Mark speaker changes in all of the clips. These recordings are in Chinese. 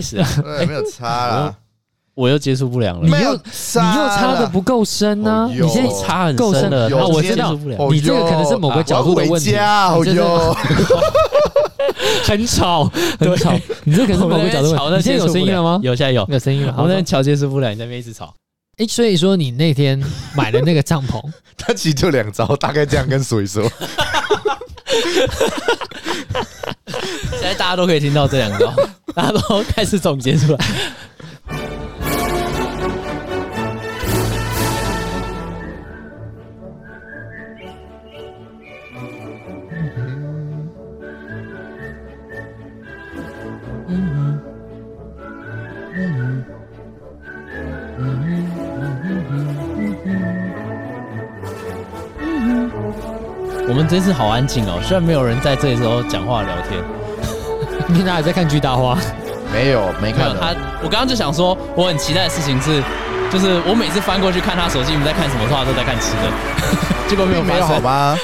Speaker 1: 是啊，
Speaker 2: 对， 没有差啦，
Speaker 1: 我又接触不良了
Speaker 2: 哎没。有
Speaker 3: 你
Speaker 2: 差啦，
Speaker 3: 又插的不够深呢、
Speaker 2: 哦
Speaker 3: 你
Speaker 2: 有
Speaker 3: 现
Speaker 1: 你
Speaker 3: 在
Speaker 1: 插很
Speaker 3: 够
Speaker 1: 深
Speaker 3: 深
Speaker 1: 了，
Speaker 2: 有
Speaker 1: 那我
Speaker 2: 接
Speaker 1: 接
Speaker 2: 到
Speaker 1: 触不
Speaker 2: 哦
Speaker 1: 了。
Speaker 2: 有
Speaker 3: 你这个可能是某个角度的问题。
Speaker 2: 我 要回
Speaker 3: 你这
Speaker 2: 家
Speaker 3: 是
Speaker 2: 哦
Speaker 1: 很吵，
Speaker 3: 很吵，你这可能是某个角度的
Speaker 1: 吵
Speaker 3: 问题。
Speaker 1: 到
Speaker 3: 你现在有声音了吗？
Speaker 1: 有，现在有。
Speaker 3: 有声音了。
Speaker 1: 我
Speaker 3: 好
Speaker 1: 们在
Speaker 3: 的，
Speaker 1: 桥接触不良，你在那边一直吵。
Speaker 3: 哎， 所以说你那天买的那个帐篷，
Speaker 2: 他其实就两招，大概这样跟说一说。
Speaker 1: 现在大家都可以听到这两个，大家都开始总结出来。我们这次好安静哦，虽然没有人在这里时候讲话聊天。
Speaker 3: 你哪里在看巨大花？
Speaker 2: 没有，没
Speaker 1: 没
Speaker 2: 看
Speaker 1: 有他
Speaker 2: 到。，
Speaker 1: 我刚刚就想说，我很期待的事情是，就是我每次翻过去看他手机，你们在看什么的话，都在看吃的， 结果没有
Speaker 2: 并
Speaker 1: 发
Speaker 2: 没有好
Speaker 1: 生。
Speaker 2: 吗？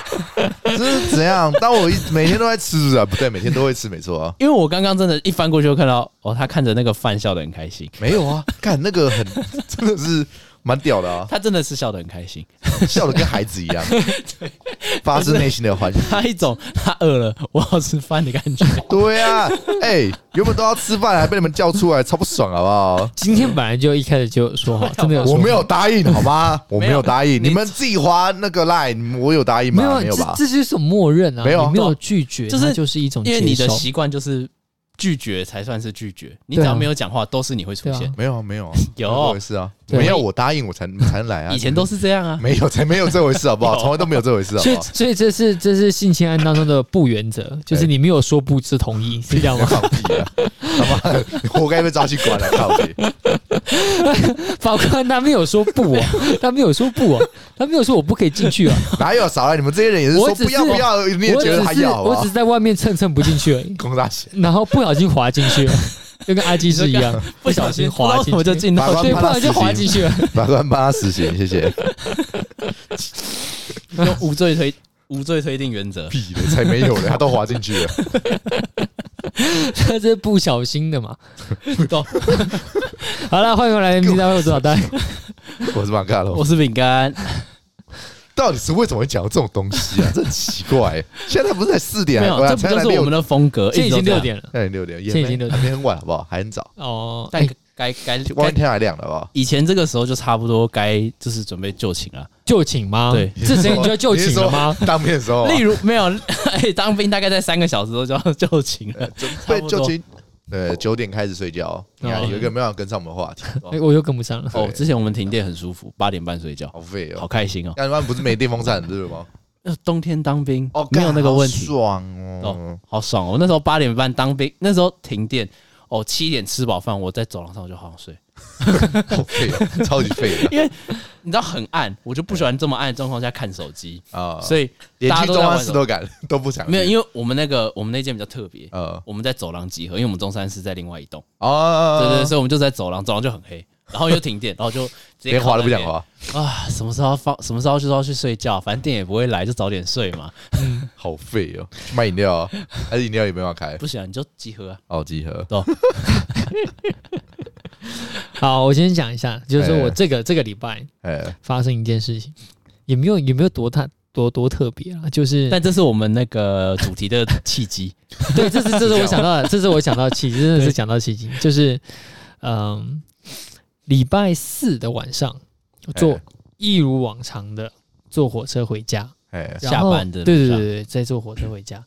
Speaker 2: 这是怎样？当我一每天都在吃啊，不对，每天都会吃，没错啊。
Speaker 1: 因为我刚刚真的，一翻过去就看到，哦，他看着那个饭笑得很开心，
Speaker 2: 没有啊，看那个很真的是蛮屌的啊，
Speaker 1: 他真的是笑得很开心，
Speaker 2: 笑的跟孩子一样，发自内心的欢喜。
Speaker 1: 他一种他饿了，我要吃饭的感觉。
Speaker 2: 对啊，哎、原本都要吃饭，还被你们叫出来，超不爽，好不好？
Speaker 3: 今天本来就一开始就有说好，真的有说
Speaker 2: 我
Speaker 3: 好
Speaker 2: 没有答应，好吗？我没有答应，
Speaker 1: 你
Speaker 2: 你们自己划那个 line，我有答应
Speaker 3: 没
Speaker 2: 吗？
Speaker 3: 有，啊
Speaker 2: 没有吧？
Speaker 3: 这这就是一种默认啊，
Speaker 2: 没有啊
Speaker 3: 你没有拒绝，
Speaker 1: 就是
Speaker 3: 它就是一种
Speaker 1: 因
Speaker 3: 接
Speaker 1: 为
Speaker 3: 受。
Speaker 1: 你的习惯就是拒绝才算是拒绝，你只
Speaker 3: 对
Speaker 1: 要
Speaker 3: 啊
Speaker 1: 没有讲话，都是你会出
Speaker 3: 对
Speaker 1: 现
Speaker 3: 啊。
Speaker 2: 没有啊，没有啊，
Speaker 1: 有
Speaker 2: 没这回事啊，
Speaker 3: 对
Speaker 2: 没有我答应我才才能来啊。
Speaker 1: 以前都是这样啊，
Speaker 2: 没有，才没有这回事，好不好？从来都没有这回事，好不
Speaker 3: 所以
Speaker 2: 好？
Speaker 3: 所以这是这是性侵案当中的不原则，就是你没有说不是同意，是这样吗？
Speaker 2: 放屁啊！他妈的，活该被抓去关了，靠北！
Speaker 3: 法官他没有说不哦，他没有说不哦，他没有说我不可以进去啊，
Speaker 2: 哪有少来？你们这些人也是
Speaker 3: 我
Speaker 2: 说
Speaker 3: 只
Speaker 2: 不要
Speaker 3: 是
Speaker 2: 不要，你也
Speaker 3: 我
Speaker 2: 觉得他啊
Speaker 3: 只是
Speaker 2: 要，好不
Speaker 3: 我
Speaker 2: 好
Speaker 3: 只？是在外面蹭蹭不进去而已，
Speaker 2: 公大写，
Speaker 3: 然后不小心滑进去了，就跟阿基师一样，
Speaker 1: 不小心
Speaker 3: 滑进去，
Speaker 1: 我就进
Speaker 2: 法
Speaker 1: 到
Speaker 2: 官
Speaker 3: 对，不
Speaker 2: 判他
Speaker 3: 小心滑
Speaker 2: 死
Speaker 3: 进
Speaker 2: 刑
Speaker 3: 去了。
Speaker 2: 法官帮他死刑，谢谢。
Speaker 1: 用无罪推无罪推定原则。
Speaker 2: 屁的，才没有嘞，他都滑进去了。
Speaker 3: 他这是不小心的嘛。
Speaker 1: 懂
Speaker 3: 好了，欢迎回来 M P 大会，我是老丹。
Speaker 2: 我是马卡 龙
Speaker 1: 我，是饼干，
Speaker 2: 到底是为什么会讲到这种东西啊？这很奇怪、现在不是才四点、
Speaker 1: 没
Speaker 2: 啊，
Speaker 1: 有，这不
Speaker 2: 才
Speaker 1: 就
Speaker 2: 来
Speaker 1: 是我
Speaker 2: 六
Speaker 1: 们，的风格？
Speaker 3: 现在已经
Speaker 1: 一直都这
Speaker 3: 六
Speaker 1: 样，
Speaker 3: 点了
Speaker 2: 才哎六点，也
Speaker 3: 现在已
Speaker 2: 没
Speaker 3: 经六点
Speaker 2: 还没很晚，好不好？还很早，
Speaker 3: 哦。
Speaker 1: 但
Speaker 3: 哎，
Speaker 1: 该该
Speaker 2: 外
Speaker 1: 该
Speaker 2: 面天还亮了，好不好？
Speaker 1: 以前这个时候就差不多该就是准备就寝了。
Speaker 3: 就寝吗？
Speaker 1: 对
Speaker 3: 这时候你就要就寝了吗？
Speaker 2: 哦你是 说当面的时候、啊
Speaker 1: 例，如没有， 哎，当兵大概在三个小时后就要就寝了。
Speaker 2: 准
Speaker 1: 差
Speaker 2: 备
Speaker 1: 不多
Speaker 2: 就寝，呃，九点开始睡觉。你看
Speaker 3: 哦
Speaker 2: 有一个没有办法跟上我们的话题，
Speaker 3: 哎，我又跟不上了。
Speaker 1: 哦
Speaker 2: 对，
Speaker 1: 之前我们停电很舒服，八点半睡觉，
Speaker 2: 好废
Speaker 1: 好
Speaker 2: 哦。
Speaker 1: 开心哦。
Speaker 2: 干嘛不是没电风扇对 吗？
Speaker 1: 呃冬天当兵
Speaker 2: 哦，
Speaker 1: 没有
Speaker 2: 干
Speaker 1: 那个问
Speaker 2: 好
Speaker 1: 题，
Speaker 2: 爽哦
Speaker 1: 哦。好爽哦。我那时候八点半当兵，那时候停电，哦，七点吃饱饭，我在走廊上我就好想睡，
Speaker 2: 好废哦，超级废的
Speaker 1: 因为你知道很暗，我就不喜欢这么暗的状况下看手机，
Speaker 2: 啊！
Speaker 1: 所以
Speaker 2: 连
Speaker 1: 大家
Speaker 2: 去
Speaker 1: 都在
Speaker 2: 中央
Speaker 1: 玩
Speaker 2: 石
Speaker 1: 手机。
Speaker 2: 头感 都不想，
Speaker 1: 没有，因为我们那个我们那间比较特别，
Speaker 2: 呃
Speaker 1: 我们在走廊集合，因为我们中山是在另外一栋，
Speaker 2: 哦，
Speaker 1: 对对，所以我们就在走廊，走廊就很黑，然后又停电，然后就直接
Speaker 2: 连滑都不想
Speaker 1: 靠
Speaker 2: 滑，
Speaker 1: 那边啊，什么时候要放，什么时候就是要去睡觉，反正电也不会来，就早点睡嘛。
Speaker 2: 好废哦。去卖饮料 啊，还是饮料也没办法开，
Speaker 1: 不行、啊，你就集合啊。
Speaker 2: 好集合。
Speaker 3: 好，我先讲一下，就是说
Speaker 2: 哎
Speaker 3: 我这个这个礼拜
Speaker 2: 哎，
Speaker 3: 发生一件事情，也没有也没有多太多多特别啊，就是
Speaker 1: 但这是我们那个主题的 契机，
Speaker 3: 对，这是这是我想到的，这是我想到的契机，真的是讲到契机，就是嗯，礼拜四的晚上，我坐
Speaker 2: 哎
Speaker 3: 一如往常的坐火车回家，
Speaker 2: 哎，
Speaker 3: 然
Speaker 1: 下
Speaker 3: 后
Speaker 1: 班的路
Speaker 3: 对对
Speaker 1: 上
Speaker 3: 对对，在坐火车回家，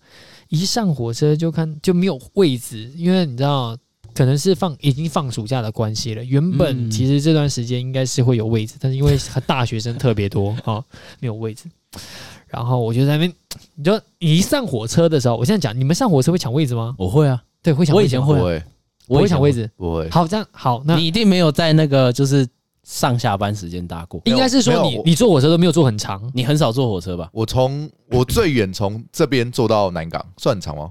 Speaker 3: 一上火车就看就没有位置，因为你知道。可能是放已经放暑假的关系了，原本
Speaker 1: 嗯
Speaker 3: 其实这段时间应该是会有位置，但是因为大学生特别多啊、没有位置。然后我就在那边，你就你一上火车的时候，我现在讲，你们上火车会抢位置吗？
Speaker 1: 我会啊，
Speaker 3: 对，会抢
Speaker 1: 我
Speaker 3: 位
Speaker 1: 以
Speaker 3: 置
Speaker 1: 前
Speaker 3: 吗
Speaker 1: 会啊，
Speaker 2: 会
Speaker 3: 我会抢位
Speaker 1: 置。
Speaker 3: 置。
Speaker 2: 不会？
Speaker 3: 好，这样好，那
Speaker 1: 你一定没有在那个就是上下班时间搭过，
Speaker 3: 应该是
Speaker 2: 没
Speaker 3: 说
Speaker 2: 有
Speaker 3: 你
Speaker 2: 我
Speaker 3: 你坐火车都没有坐很长，
Speaker 1: 你很少坐火车吧？
Speaker 2: 我从我最远从这边坐到南港，算很长吗？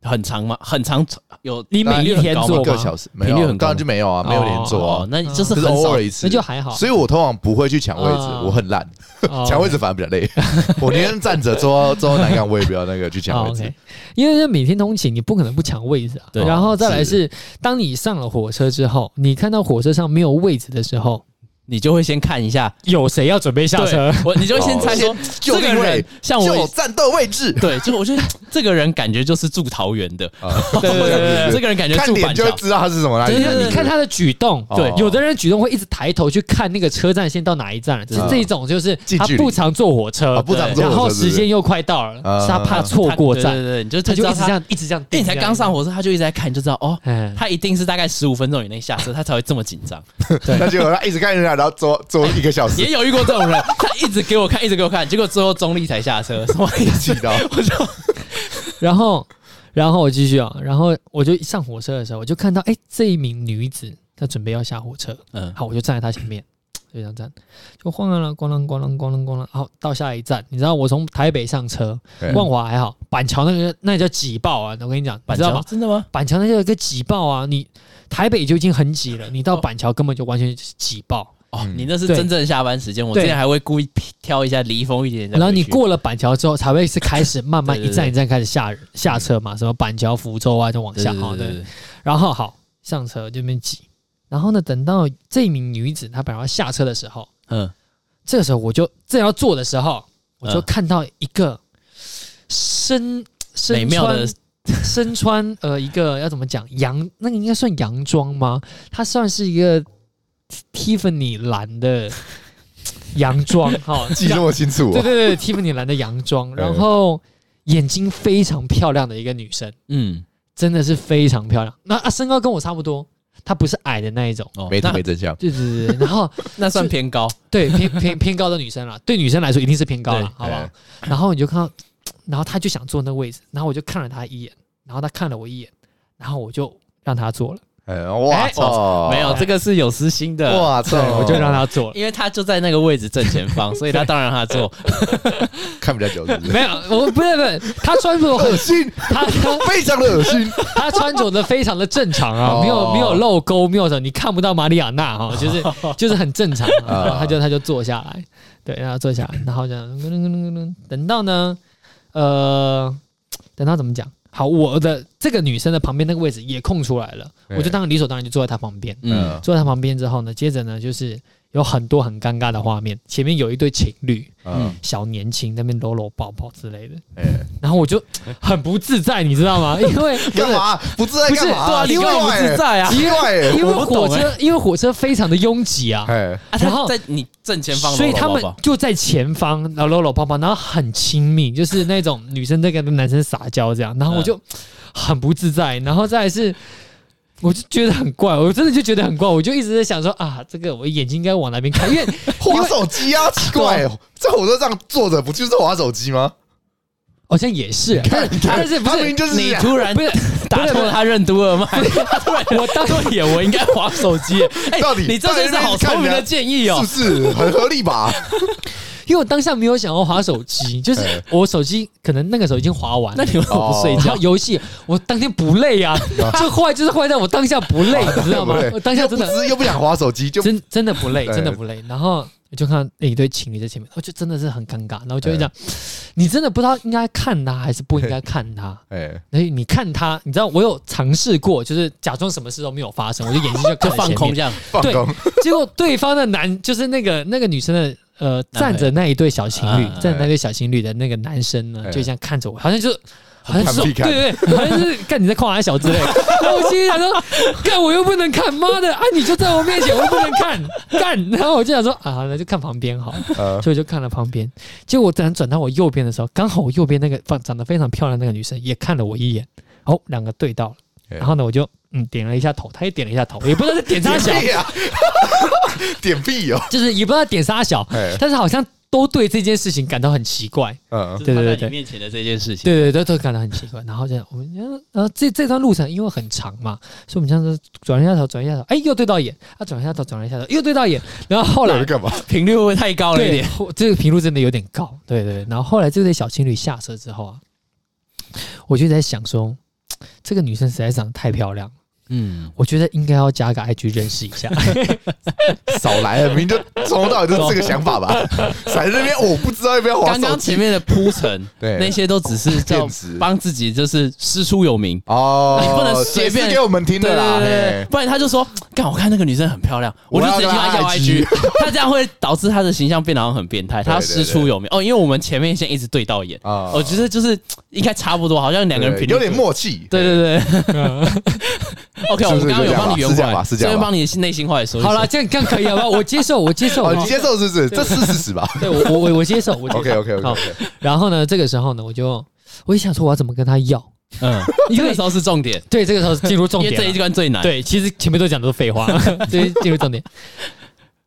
Speaker 1: 很长吗？很长，有
Speaker 3: 你每一天做
Speaker 2: 一个
Speaker 3: 吗？
Speaker 2: 小时没
Speaker 1: 频率
Speaker 2: 有，
Speaker 1: 很高
Speaker 2: 当然就没有啊，没有连坐
Speaker 1: 哦
Speaker 2: 啊，，
Speaker 1: 那就是
Speaker 2: 就
Speaker 1: 很
Speaker 2: 是偶
Speaker 1: 少哦
Speaker 2: 尔一次，啊
Speaker 3: 那就还 好。
Speaker 2: 所以我通常不会去抢位置，
Speaker 3: 啊
Speaker 2: 我很烂，
Speaker 3: 哦
Speaker 2: 抢位置反而比较累。
Speaker 1: 哦
Speaker 2: 我宁愿站着坐坐到南港，我也不要那个去抢
Speaker 3: 哦
Speaker 2: 位置
Speaker 3: OK，。因为每天通勤，你不可能不抢位置啊。
Speaker 1: 对
Speaker 3: 然后再来是，当你上了火车之后，你看到火车上没有位置的时候，
Speaker 1: 你就会先看一下
Speaker 3: 有谁要准备下
Speaker 1: 对，
Speaker 3: 车？
Speaker 1: 我你就会先猜说
Speaker 2: 哦先就
Speaker 1: 这个
Speaker 2: 定位
Speaker 1: 人像
Speaker 2: 就
Speaker 1: 我
Speaker 2: 有战斗位置，
Speaker 1: 对，就我觉得这个人感觉就是住桃园 的，
Speaker 2: 啊
Speaker 1: 对对对对，
Speaker 2: 是
Speaker 1: 这个人感觉
Speaker 2: 看
Speaker 1: 住
Speaker 2: 脸
Speaker 1: 板
Speaker 2: 就
Speaker 1: 桥
Speaker 2: 会，知道他是什么啦。
Speaker 1: 对
Speaker 3: 因
Speaker 1: 对
Speaker 3: 为
Speaker 1: 对
Speaker 3: 你看他的举动，
Speaker 2: 对
Speaker 3: 对，有的人举动会一直抬头去看那个车站线到哪一站了，只是这种就是
Speaker 2: 近
Speaker 3: 他
Speaker 2: 距离
Speaker 3: 不常坐火车
Speaker 2: 啊，，不常
Speaker 1: 对
Speaker 2: 坐
Speaker 3: 然后
Speaker 2: 火车是不
Speaker 3: 时
Speaker 2: 是
Speaker 3: 间又快到了，
Speaker 2: 啊
Speaker 3: 是他怕错
Speaker 1: 他
Speaker 3: 过
Speaker 1: 对
Speaker 3: 站，
Speaker 1: 对对，你就
Speaker 3: 他
Speaker 1: 知
Speaker 3: 就一
Speaker 1: 道
Speaker 3: 直这样一直这样
Speaker 1: 因为
Speaker 3: 盯
Speaker 1: 你
Speaker 3: 这样。
Speaker 1: 才刚上火车，他就一直在看，你就知道哦，
Speaker 3: 哎，
Speaker 1: 他一定是大概十五分钟以内下车，他才会这么紧张。
Speaker 2: 那结果他一直看人家，然后坐坐一个小时，
Speaker 1: 也有遇过这种人，他一直给我看，一直给我看，结果最后中立才下车，什么意
Speaker 2: 气
Speaker 1: 思？
Speaker 2: 到
Speaker 1: 我就
Speaker 3: 然后，然后我继续啊，然后我就上火车的时候，我就看到哎，这一名女子她准备要下火车，
Speaker 1: 嗯，
Speaker 3: 好，我就站在她前面， 就这样站，就晃啊啦，咣啷咣啷咣啷咣啷，好，到下一站，你知道我从台北上车，
Speaker 2: 对
Speaker 3: 万华还好，板桥那个那叫挤爆啊，我跟你讲，你
Speaker 1: 板
Speaker 3: 知道吗
Speaker 1: 桥？真的吗？
Speaker 3: 板桥那叫一个挤爆啊，你台北就已经很挤了，你到板桥根本就完全就是挤爆，
Speaker 1: 哦，
Speaker 2: 嗯
Speaker 1: 你那是
Speaker 3: 对
Speaker 1: 真正下班时间，我之
Speaker 3: 对
Speaker 1: 前还会故意挑一下离峰一点点再回去，
Speaker 3: 然后你过了板桥之后才会是开始慢慢
Speaker 1: 对对
Speaker 3: 一站一站开始下下车嘛，什么板桥、福州啊，就往
Speaker 1: 对
Speaker 3: 下
Speaker 1: 对
Speaker 3: 啊，
Speaker 1: 对
Speaker 3: 对
Speaker 1: 对。对
Speaker 3: 然后好上车就那边挤，然后呢，等到这名女子她本来要下车的时候，
Speaker 1: 嗯，
Speaker 3: 这个时候我就正要坐的时候，我就
Speaker 1: 嗯
Speaker 3: 看到一个身
Speaker 1: 美
Speaker 3: 身
Speaker 1: 妙的
Speaker 3: 穿身穿呃一个要怎么讲洋那个应该算洋装吗？它算是一个 Tiffany 蓝 的洋装哈，
Speaker 2: 记
Speaker 3: 这
Speaker 2: 那
Speaker 3: 样
Speaker 2: 么清楚啊
Speaker 3: 对对对，Tiffany 蓝的洋装，然后眼睛非常漂亮的一个女生。
Speaker 1: 嗯，
Speaker 3: 真的是非常漂亮。那啊，身高跟我差不多，她不是矮的那一种，
Speaker 1: 哦
Speaker 2: 哦，没
Speaker 1: 那
Speaker 2: 图没真相。
Speaker 3: 对对对。对然后
Speaker 1: 那算偏高，
Speaker 3: 对偏偏偏高的女生啦，对女生来说一定是偏高了
Speaker 1: 对，
Speaker 3: 好不好
Speaker 2: 哎？
Speaker 3: 然后你就看到，然后她就想坐那位置，然后我就看了她一眼，然后她看了我一眼，然后我就让她坐了，
Speaker 2: 哎哇
Speaker 1: 哎
Speaker 2: 操，
Speaker 1: 没有
Speaker 3: 哎
Speaker 1: 这个是有私心的，
Speaker 2: 哇
Speaker 3: 对，
Speaker 2: 操，
Speaker 3: 我就让她坐了。
Speaker 1: 因为他就在那个位置正前方，所以他当然他坐。
Speaker 2: 看比较久，是不是
Speaker 3: 没有，我不是不是，她穿着
Speaker 2: 恶
Speaker 3: 很，
Speaker 2: 心，
Speaker 3: 她她
Speaker 2: 非常的恶心。
Speaker 3: 她穿着的非常的正常
Speaker 2: 哦
Speaker 3: 啊，没有没有露沟，没有什么，你看不到玛丽亚娜哈，就是就是很正常、啊，然后他就他就坐下来，对，然后坐下来，然后这样咕噜咕噜咕噜，等到呢，呃，等到怎么讲？好，我的这个女生的旁边那个位置也空出来了，我就当然理所当然就坐在她旁边。
Speaker 1: 嗯
Speaker 2: 嗯
Speaker 3: 坐在她旁边之后呢，接着呢就是有很多很尴尬的画面，前面有一对情侣，
Speaker 2: 嗯，
Speaker 3: 小年轻在那边搂搂抱抱之类的，
Speaker 2: 哎，
Speaker 3: 然后我就很不自在，你知道吗？因为
Speaker 2: 干嘛不自在
Speaker 3: 不是
Speaker 2: 干嘛？
Speaker 3: 对啊
Speaker 2: 奇
Speaker 3: 因为
Speaker 2: 怪欸
Speaker 3: 我
Speaker 1: 不自在啊
Speaker 2: 奇怪欸，
Speaker 3: 因为
Speaker 1: 我不懂
Speaker 3: 火车，因为火车非常的拥挤啊，
Speaker 2: 哎，
Speaker 1: 啊，他
Speaker 3: 然后
Speaker 1: 在你正前方，
Speaker 3: 所以
Speaker 1: 搂搂
Speaker 3: 他们
Speaker 1: 抱抱
Speaker 3: 就在前方，然后搂搂抱抱，然后很亲密，就是那种女生在跟男生撒娇这样，然后
Speaker 1: 嗯
Speaker 3: 我就很不自在，然后再来是。我就觉得很怪，我真的就觉得很怪，我就一直在想说啊，这个我眼睛应该往哪边看，因为
Speaker 2: 划手机啊，奇怪哦，在火车上坐着不就是划手机吗？
Speaker 3: 好像也是，但
Speaker 2: 你看
Speaker 3: 但是不
Speaker 2: 他明
Speaker 3: 是
Speaker 2: 明就是
Speaker 1: 你
Speaker 2: 这样
Speaker 1: 突然
Speaker 3: 不是
Speaker 1: 打
Speaker 3: 不是不
Speaker 1: 破
Speaker 3: 是
Speaker 1: 他任督二脉，他突然我当对耶，我应该划手 机耶。哎
Speaker 2: 到底
Speaker 1: 你这就是好聪明的建议哦
Speaker 2: 是不。是很合理吧？
Speaker 3: 因为我当下没有想要划手机，就是
Speaker 2: 哎
Speaker 3: 我手机可能那个时候已经划完了
Speaker 1: 那。你为什么不睡
Speaker 3: 然
Speaker 1: 觉
Speaker 3: 后？游戏，我当天不累啊，这坏就是坏在我当下不累，你知道吗
Speaker 2: 对不对？
Speaker 3: 我当下
Speaker 2: 又不
Speaker 3: 真的
Speaker 2: 知又不想划手机，就
Speaker 3: 真真的不累，
Speaker 2: 对
Speaker 3: 真的不累。然后我就看到哎那一对情侣在前面，哦我就真的是很尴尬。然后我就会讲，你真的不知道应该看他还是不应该看他。
Speaker 2: 哎，
Speaker 3: 所以你看他，你知道我有尝试过，就是假装什么事都没有发生，我就眼睛就看
Speaker 1: 就
Speaker 3: 着
Speaker 1: 放空
Speaker 3: 前面。
Speaker 1: 这样，
Speaker 2: 放
Speaker 3: 对
Speaker 2: 空，
Speaker 3: 结果对方的男，就是那个那个女生的。呃，
Speaker 1: 男朋友
Speaker 3: 站着那一对小情侣
Speaker 1: 啊，
Speaker 3: 站着那对小情侣的那个男生呢
Speaker 2: 哎，
Speaker 3: 就这样看着我，好像就是好像是
Speaker 2: 很
Speaker 3: 对
Speaker 2: 屁看
Speaker 3: 对对，好像是干你在夸他 小之类的。然后我心里想说，干我又不能看，妈的啊！你就在我面前，我又不能看， 干。然后我就想说啊，那就看旁边好了，
Speaker 2: 呃，
Speaker 3: 所以我就看了旁边。结果我突然转到我右边的时候，刚好我右边那个放长得非常漂亮的那个女生也看了我一眼，哦，两个对到了。
Speaker 2: 哎
Speaker 3: 然后呢，我就嗯点了一下头，她也点了一下头，也不知道是点啥小，
Speaker 2: 屁啊， 点屁哦，
Speaker 3: 就是也不知道点啥小
Speaker 2: 哎，
Speaker 3: 但是好像都对这件事情感到很奇怪。
Speaker 2: 嗯，
Speaker 1: 就是放在
Speaker 3: 对对对
Speaker 1: 你面前的这件事情，
Speaker 3: 对对，都都感到很奇怪。然后这样，我们呃呃这这段路程因为很长嘛，所以我们这样子转了一下头，转了一下头，哎，又对到眼，啊，转了一下头，转了一下头，又对到眼。然后后
Speaker 2: 到
Speaker 3: 来
Speaker 2: 底干嘛？
Speaker 1: 频率会不会太高了一
Speaker 3: 对
Speaker 1: 点？，嗯
Speaker 3: 后这个频率真的有点高。对对对，然后后来这对小情侣下车之后啊，我就在想说，嘖这个女生实在长得太漂亮了，
Speaker 1: 嗯，
Speaker 3: 我觉得应该要加个 IG 认识一下。
Speaker 2: 少来了，明明就从头到尾都是这个想法 吧？甩在那边，哦我不知道要不要滑
Speaker 1: 刚
Speaker 2: 手
Speaker 1: 刚
Speaker 2: 机
Speaker 1: 前。面的铺陈，
Speaker 2: 对
Speaker 1: 那些都只是 叫
Speaker 2: 骗子
Speaker 1: 帮自己就是师出有名。
Speaker 2: 哦，
Speaker 1: 你不能随便
Speaker 2: 是给我们听
Speaker 1: 对
Speaker 2: 的啦。
Speaker 1: 对对对
Speaker 2: 嘿，
Speaker 1: 不然他就说，干，我看那个女生很漂亮，我
Speaker 2: 我
Speaker 1: 就
Speaker 2: 要
Speaker 1: 直接
Speaker 2: 跟
Speaker 1: 跟
Speaker 2: 她
Speaker 1: 她要
Speaker 2: IG
Speaker 1: IG，他 这样会导致他的形象变得好像很变 态，他要
Speaker 2: 对对
Speaker 1: 师出有名哦。因为我们前面先一直对到眼，哦
Speaker 2: 啊
Speaker 1: 我觉得就是应该差不多，好像两个人
Speaker 2: 对
Speaker 1: 频率
Speaker 2: 有点默契。
Speaker 1: 对对对 ，OK，我
Speaker 2: 是
Speaker 1: 们
Speaker 2: 不是
Speaker 1: 刚刚有
Speaker 2: 就
Speaker 1: 帮你圆回
Speaker 2: 这样吧是这样吧
Speaker 1: 来，
Speaker 2: 是这样吧
Speaker 1: 边帮你的内心话也说一说。
Speaker 3: 好了，这样这样可以了吧？我接受，我接受。
Speaker 2: 哦，
Speaker 3: 我
Speaker 2: 你接受是不是？这是事实吧
Speaker 3: 对我我我我接受，我接受。
Speaker 2: ？OK OK OK
Speaker 3: 好
Speaker 2: OK，
Speaker 3: 然后呢，这个时候呢，我就我也想说我要怎么跟他要。
Speaker 1: 嗯，
Speaker 3: 因
Speaker 1: 这
Speaker 3: 为
Speaker 1: 个时候是重点，
Speaker 3: 对，这个时候进入重
Speaker 2: 啊
Speaker 1: 因为
Speaker 3: 点
Speaker 1: 这
Speaker 3: 了
Speaker 1: 一。关最难。，
Speaker 3: 对，其实前面都讲的都是废话， 对，进入重点。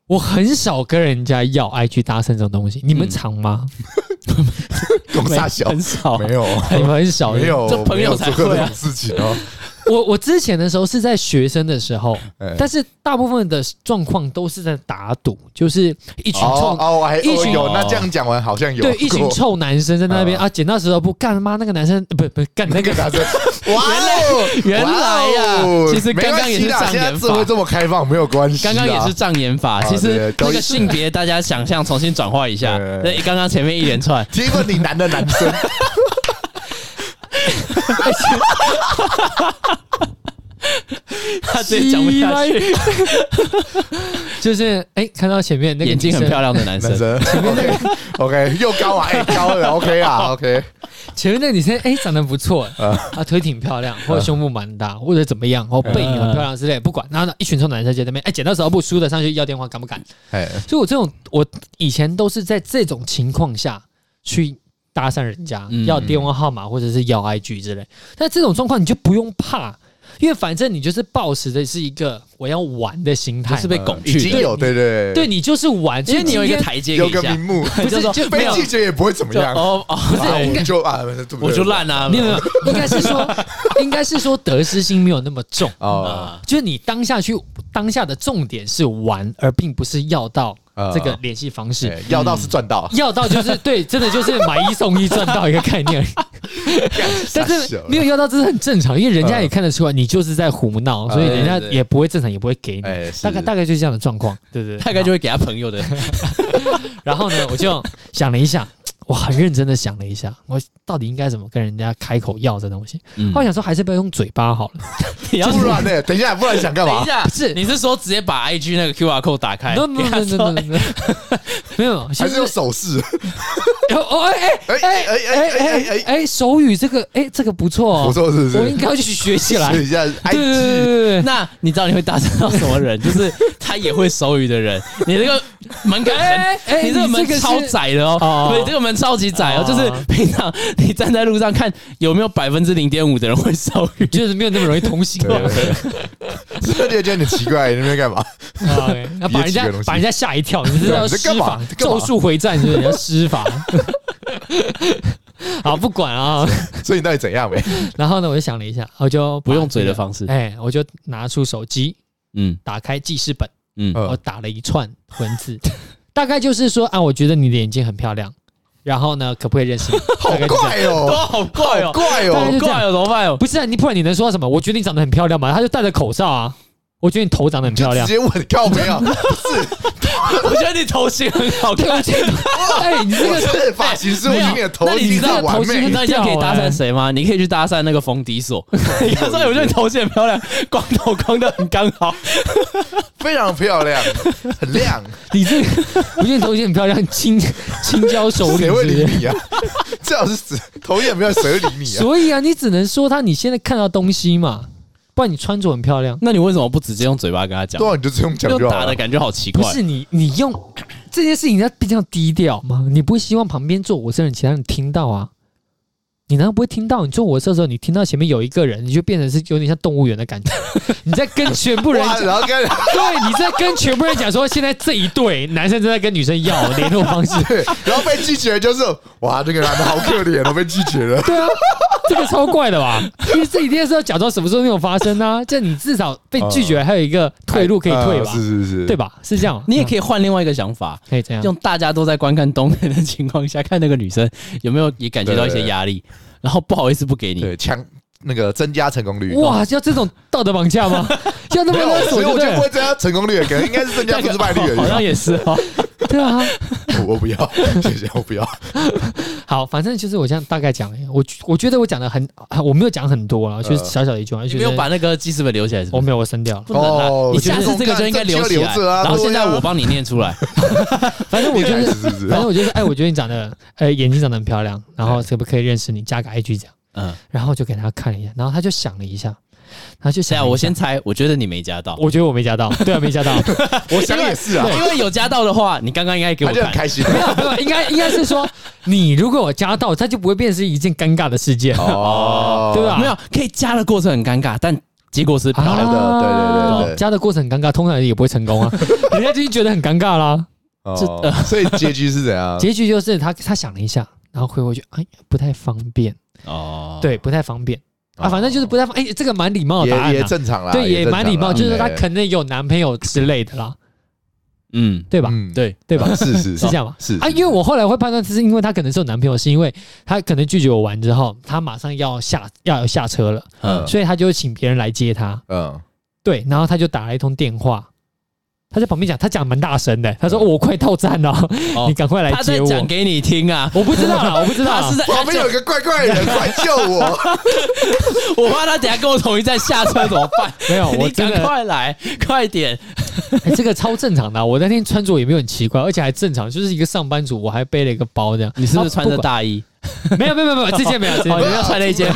Speaker 3: 我很少跟人家要 IG 搭讪这种东西，你们
Speaker 1: 嗯
Speaker 3: 常 吗？
Speaker 2: 公傻小
Speaker 1: 很少啊，
Speaker 2: 没有
Speaker 3: 你们很少。
Speaker 2: 没有，
Speaker 1: 这朋友
Speaker 2: 没有
Speaker 1: 才
Speaker 2: 做过
Speaker 1: 会
Speaker 2: 这
Speaker 1: 啊
Speaker 2: 种事情哦。
Speaker 3: 我我之前的时候是在学生的时候，
Speaker 2: 哎
Speaker 3: 但是大部分的状况都是在打赌，就是一群
Speaker 2: 哦
Speaker 3: 臭、
Speaker 2: 哦，我还
Speaker 3: 一
Speaker 2: 哦
Speaker 3: 群
Speaker 2: 有，那这样讲完好像有
Speaker 3: 对一群
Speaker 2: 过
Speaker 3: 臭男生在那边
Speaker 2: 啊
Speaker 3: 啊，捡到石头布，干妈那个男生呃不不干那
Speaker 2: 那
Speaker 3: 个
Speaker 2: 个 男生，哇哦，
Speaker 1: 原来呀
Speaker 2: 哇哦
Speaker 1: 其实刚刚也是
Speaker 2: 没关系啦
Speaker 1: 障眼
Speaker 2: 现在
Speaker 1: 法
Speaker 2: 社会这么开放，没有关系啦。
Speaker 1: 刚刚也是障眼法，
Speaker 2: 啊
Speaker 1: 其实
Speaker 2: 对
Speaker 1: 那个性别大家想象重新转化一下。
Speaker 2: 对
Speaker 1: 那刚刚前面一连串，
Speaker 2: 结果你男的男生，
Speaker 1: 他直接讲不下去。
Speaker 3: 去，就是哎、看到前面那个
Speaker 1: 眼睛很漂亮
Speaker 3: 亮，
Speaker 1: 的男生，
Speaker 2: 男生，OK OK，又高啊，哎，高了，OK 啊，OK，
Speaker 3: 前面那个女生哎、长得不错，
Speaker 2: 啊
Speaker 3: 啊腿挺漂亮，或者胸部蛮大，或者怎么样，
Speaker 1: 啊
Speaker 3: 或背影很漂亮之类，不管。然后呢，一群臭男生在那边哎捡到手不输的上去要电话，敢不敢？
Speaker 2: 哎，
Speaker 3: 所以我这种我以前都是在这种情况下去。搭讪人家
Speaker 1: 嗯
Speaker 3: 要电话号码或者是要 IG 之类，但这种状况你就不用怕，因为反正你就是抱持的是一个我要玩的心态
Speaker 1: 不
Speaker 3: 嘛，
Speaker 1: 是被拱
Speaker 2: 呃已
Speaker 1: 去
Speaker 2: 经
Speaker 1: 的，
Speaker 2: 有，对对
Speaker 3: 对，你就是玩，
Speaker 1: 因为你有一
Speaker 3: 今
Speaker 1: 个
Speaker 3: 天
Speaker 1: 台阶
Speaker 2: 有
Speaker 1: 给
Speaker 2: 个
Speaker 1: 一下
Speaker 2: 名，目，
Speaker 1: 不是就没
Speaker 2: 被
Speaker 1: 有
Speaker 2: 拒绝也不会怎么
Speaker 1: 就
Speaker 2: 样，
Speaker 1: 哦哦，
Speaker 3: 不是
Speaker 2: 啊
Speaker 3: 应该
Speaker 2: 我就啊，对不对
Speaker 1: 我就烂啊，
Speaker 3: 没有没有，应该是说，应该是说得失心没有那么重，
Speaker 2: 哦，
Speaker 1: 啊，
Speaker 3: 就是你当下去当下的重点是玩，而并不是要到
Speaker 2: 啊
Speaker 3: 这个联系方式。
Speaker 2: 哎要到是赚到，
Speaker 3: 要到就是对，真的就是买一送一赚到一个概念，但是没有要到这是很正常，因为人家也看得出来你就是在胡闹，所以人家
Speaker 1: 对对对
Speaker 3: 也不会正常，也不会给你
Speaker 2: 哎是，
Speaker 3: 大概大概就是这样的状况，对对对
Speaker 1: 大概就会给他朋友的，
Speaker 3: 然后呢，我就想了一下，我很认真的想了一下，我到底应该怎么跟人家开口要这东西。
Speaker 1: 嗯
Speaker 3: 后来想说，还是不要用嘴巴好了。
Speaker 1: 你 要
Speaker 2: 不然呢？等一下，啊不然想干
Speaker 1: 嗯等
Speaker 2: 嘛
Speaker 1: 一？下，
Speaker 3: 不是
Speaker 1: 你是说直接把 IG 那个 QR code 打开
Speaker 3: no no
Speaker 1: 给
Speaker 3: no
Speaker 1: 他
Speaker 3: no
Speaker 1: 说
Speaker 3: no no，no 没有，
Speaker 2: 还
Speaker 3: 就是
Speaker 2: 用手势？
Speaker 3: 哦哎哎
Speaker 2: 哎哎哎
Speaker 3: 哎
Speaker 2: 哎哎
Speaker 3: 哎哎
Speaker 2: 哎！
Speaker 3: 哎，手语这个哎这个不错
Speaker 2: 我
Speaker 3: 哦，
Speaker 2: 说是不
Speaker 3: 我
Speaker 2: 是
Speaker 3: 应？该要去学起来。
Speaker 2: 试
Speaker 3: 对
Speaker 2: 一下
Speaker 3: 对对
Speaker 2: IG
Speaker 3: 对对，
Speaker 1: 那你知道你会搭讪到什么人？就是他也会手语的人。你这个门槛很，
Speaker 3: 哎哎
Speaker 1: 你这个门
Speaker 3: 你这个是
Speaker 1: 超窄的
Speaker 3: 哦
Speaker 1: 哦，对，这个门超级窄哦。
Speaker 3: 哦
Speaker 1: 就是平常 你站在路上看有没有百分之零点五的人会手 语。
Speaker 3: 就是没有那么容易同行
Speaker 2: 对。对对对，所以就觉得你奇怪，你那边干嘛？
Speaker 3: 啊对那把
Speaker 2: 别
Speaker 3: 人家
Speaker 2: 这个东西
Speaker 3: 把人家吓一跳，你是要
Speaker 2: 你在
Speaker 3: 施
Speaker 2: 干嘛
Speaker 3: 法
Speaker 2: 你在干嘛
Speaker 3: 咒术回战，是不是你要施法？好，不管啊。
Speaker 2: 所以你到底怎样呗？
Speaker 3: 然后呢，我就想了一下，我就把
Speaker 1: 不用嘴
Speaker 3: 这
Speaker 1: 的
Speaker 3: 个
Speaker 1: 方式
Speaker 3: 哎，我就拿出手机，
Speaker 1: 嗯
Speaker 3: 打开记事本，
Speaker 1: 嗯
Speaker 2: 呃
Speaker 3: 我打了一串文字， 大概就是说啊，我觉得你的眼睛很漂亮，然后呢，可不可以 认识你？
Speaker 2: 好
Speaker 3: 大概就这
Speaker 2: 怪
Speaker 3: 样。
Speaker 1: 哇，
Speaker 2: 哦，
Speaker 1: 好怪
Speaker 2: 好
Speaker 1: 哦，
Speaker 2: 怪
Speaker 3: 大概
Speaker 2: 哦
Speaker 3: 就
Speaker 1: 好
Speaker 3: 这样
Speaker 1: 怪哦，怎么办哦？
Speaker 3: 不是啊，你不然你能说什么？我觉得你长得很漂亮嘛，他就戴着口罩啊。我觉得你头长得很漂
Speaker 2: 就直
Speaker 3: 亮。
Speaker 2: 接问靠没有？
Speaker 1: 我觉得你头型很好
Speaker 3: 对，
Speaker 1: 看
Speaker 3: 我。觉得，哎，你这
Speaker 2: 我
Speaker 3: 个
Speaker 2: 这个发型师，我觉得你的头
Speaker 1: 没有那
Speaker 2: 已
Speaker 1: 你
Speaker 2: 经
Speaker 1: 知道
Speaker 2: 是完
Speaker 3: 头
Speaker 1: 你
Speaker 2: 美
Speaker 3: 型
Speaker 1: 知
Speaker 2: 了。
Speaker 1: 道你现在可以搭讪谁吗？你可以去搭讪那个冯迪 索，你就说哎我觉得你头型很漂亮，光头光的很刚好。
Speaker 2: 非常漂亮，很亮，
Speaker 3: 你这个，我觉得你头型很漂亮，青青椒手里
Speaker 2: 谁会理
Speaker 3: 之类。
Speaker 2: 你啊？ 最好是死头也没有，谁会理你啊？
Speaker 3: 所以啊，你只能说他你现在看到东西嘛，不然你穿着很漂亮。
Speaker 1: 那你为什么不直接用嘴巴跟他讲
Speaker 2: 多？少你就这用啊讲
Speaker 1: 用
Speaker 2: 就好
Speaker 1: 打
Speaker 2: 了
Speaker 1: 的。感觉好奇
Speaker 3: 不
Speaker 1: 怪。
Speaker 3: 是你，你用这件事情，要比较低调嘛，你不会希望旁边坐我这人，其他人听到啊？你难道不会听到？你坐我这的时候，你听到前面有一个人，你就变成是有点像动物园的感觉，你在跟全部人
Speaker 2: 哇，
Speaker 3: 讲，
Speaker 2: 然后跟
Speaker 3: 对，你在跟全部人讲说，现在这一对男生正在跟女生要联络方式，
Speaker 2: 对，然后被拒绝就是哇，这个男的好可怜哦，被拒绝了。
Speaker 3: 对啊，这个超怪的吧？因为这一定是要假装什么时候没有发生啊，这样你至少被拒绝还有一个 退路可以退吧
Speaker 2: 啊，是是是，
Speaker 3: 对吧？是这样吗，
Speaker 1: 你也可
Speaker 3: 以
Speaker 1: 以换另外一个想法，
Speaker 3: 可以这样，
Speaker 1: 用大家都在观看东北的情况下，看那个女生有没有也感觉到一些压力，然后不好意思不给你，
Speaker 2: 对，强那个增加成功率。
Speaker 3: 哇，要这种道德绑架吗？要那
Speaker 2: 没
Speaker 3: 么
Speaker 2: 有
Speaker 3: 勒，
Speaker 2: 所
Speaker 3: 索
Speaker 2: 以
Speaker 3: 就
Speaker 2: 我
Speaker 3: 对
Speaker 2: 就
Speaker 3: 了
Speaker 2: 不会增加成功率，可能应该是增加失败率而
Speaker 1: 好像
Speaker 2: 已。啊
Speaker 1: 也是哦。
Speaker 3: 对啊，
Speaker 2: 我不要，谢谢，我不要。
Speaker 3: 好，反正就是我这样大概讲，我我觉得我讲的很，啊我没有讲很多啊，就是小小的一句话，
Speaker 1: 你
Speaker 3: 就
Speaker 1: 没有
Speaker 3: 是
Speaker 1: 把那个记事本留起来是不
Speaker 3: 我
Speaker 1: 是？
Speaker 3: 没有，我删掉了。
Speaker 1: 不能啊！
Speaker 2: 哦
Speaker 1: 你下次这个就应该留起
Speaker 2: 留
Speaker 1: 来，
Speaker 2: 着啊
Speaker 1: 然后现在
Speaker 2: 对啊
Speaker 1: 我帮你念出 来。
Speaker 3: 反正我就
Speaker 2: 女孩
Speaker 3: 是
Speaker 2: 子，是不是？
Speaker 3: 反正我就是，哎，我觉得你长得，呃，眼睛长得很漂亮，然后可不可以认识你，加个 IG 这样。
Speaker 1: 嗯，
Speaker 3: 然后就给他看了一下，然后他就想了一下，然后就
Speaker 1: 现
Speaker 3: 想
Speaker 1: 在
Speaker 3: 了一下
Speaker 1: 我先，猜，我觉得你没加到，
Speaker 3: 我觉得我没加到，对啊，没加到，
Speaker 2: 我想也是啊，
Speaker 1: 因为有加到的话，你刚刚应该给我
Speaker 2: 他就很
Speaker 1: 看。
Speaker 2: 开心。
Speaker 3: 没有没有，应该应该是说，你如果我加到，他就不会变成是一件尴尬的事件，
Speaker 2: 哦，
Speaker 3: 对吧？
Speaker 1: 没有，可以加的过程很尴尬，但结果是漂亮。
Speaker 2: 的对对对对
Speaker 3: 哦加的过程很尴尬，通常也不会 成功啊，人家就觉得很尴尬啦。
Speaker 2: 哦，所以结局是怎样？
Speaker 3: 结局就是他他想了一下，然后回回去，哎，不太方便，
Speaker 1: 哦，
Speaker 3: 对，不太方便啊，反正就是不太方，哎，这个蛮礼貌的答
Speaker 2: 也
Speaker 3: 案
Speaker 2: 哦也
Speaker 3: 啊，
Speaker 2: 正常嗯啦，
Speaker 3: 对，也蛮礼貌，
Speaker 2: 正常
Speaker 3: 就是
Speaker 2: 啦
Speaker 3: 他可能有男朋友之类的啦，
Speaker 1: 嗯，
Speaker 3: 对吧？
Speaker 2: 嗯
Speaker 1: 对，
Speaker 3: 对吧？
Speaker 2: 是是
Speaker 3: 是这样吧？
Speaker 2: 是
Speaker 3: 啊，
Speaker 2: 是
Speaker 3: 因为我后来会判断，是因为她可能是有男朋友，是因为她可能拒绝我完之后，她马上要下要下车了，
Speaker 1: 嗯
Speaker 2: 嗯
Speaker 3: 所以她就请别人来接她。
Speaker 2: 嗯，
Speaker 3: 对，然后她就打了一通电话，她在旁边讲，她讲蛮大声的，她说、哦
Speaker 2: 嗯
Speaker 3: 我快到站了，
Speaker 1: 哦
Speaker 3: 你赶快来
Speaker 1: 他在
Speaker 3: 接
Speaker 1: 讲
Speaker 3: 我。
Speaker 1: 给你听啊，
Speaker 3: 我不知道 啦，我不知道
Speaker 1: 他
Speaker 3: 啦
Speaker 1: 是。在，
Speaker 2: 旁边有一个怪怪的人来救我，
Speaker 1: 我怕他等下跟我同一站下车怎么 办？
Speaker 3: 没有，我
Speaker 1: 你
Speaker 3: 真
Speaker 1: 赶
Speaker 3: 的、
Speaker 1: 快来，快点！
Speaker 3: 哎这个超正常的啊、我那天穿着也没有很奇怪，而且还正常，就是一个上班族，我还背了一个包这样。
Speaker 1: 你是不是穿着
Speaker 3: 啊不管
Speaker 1: 大衣？
Speaker 3: 没有没有没有没 有，这件没有，这件
Speaker 1: 哦，
Speaker 3: 没
Speaker 1: 你
Speaker 3: 有
Speaker 1: 要穿那 件。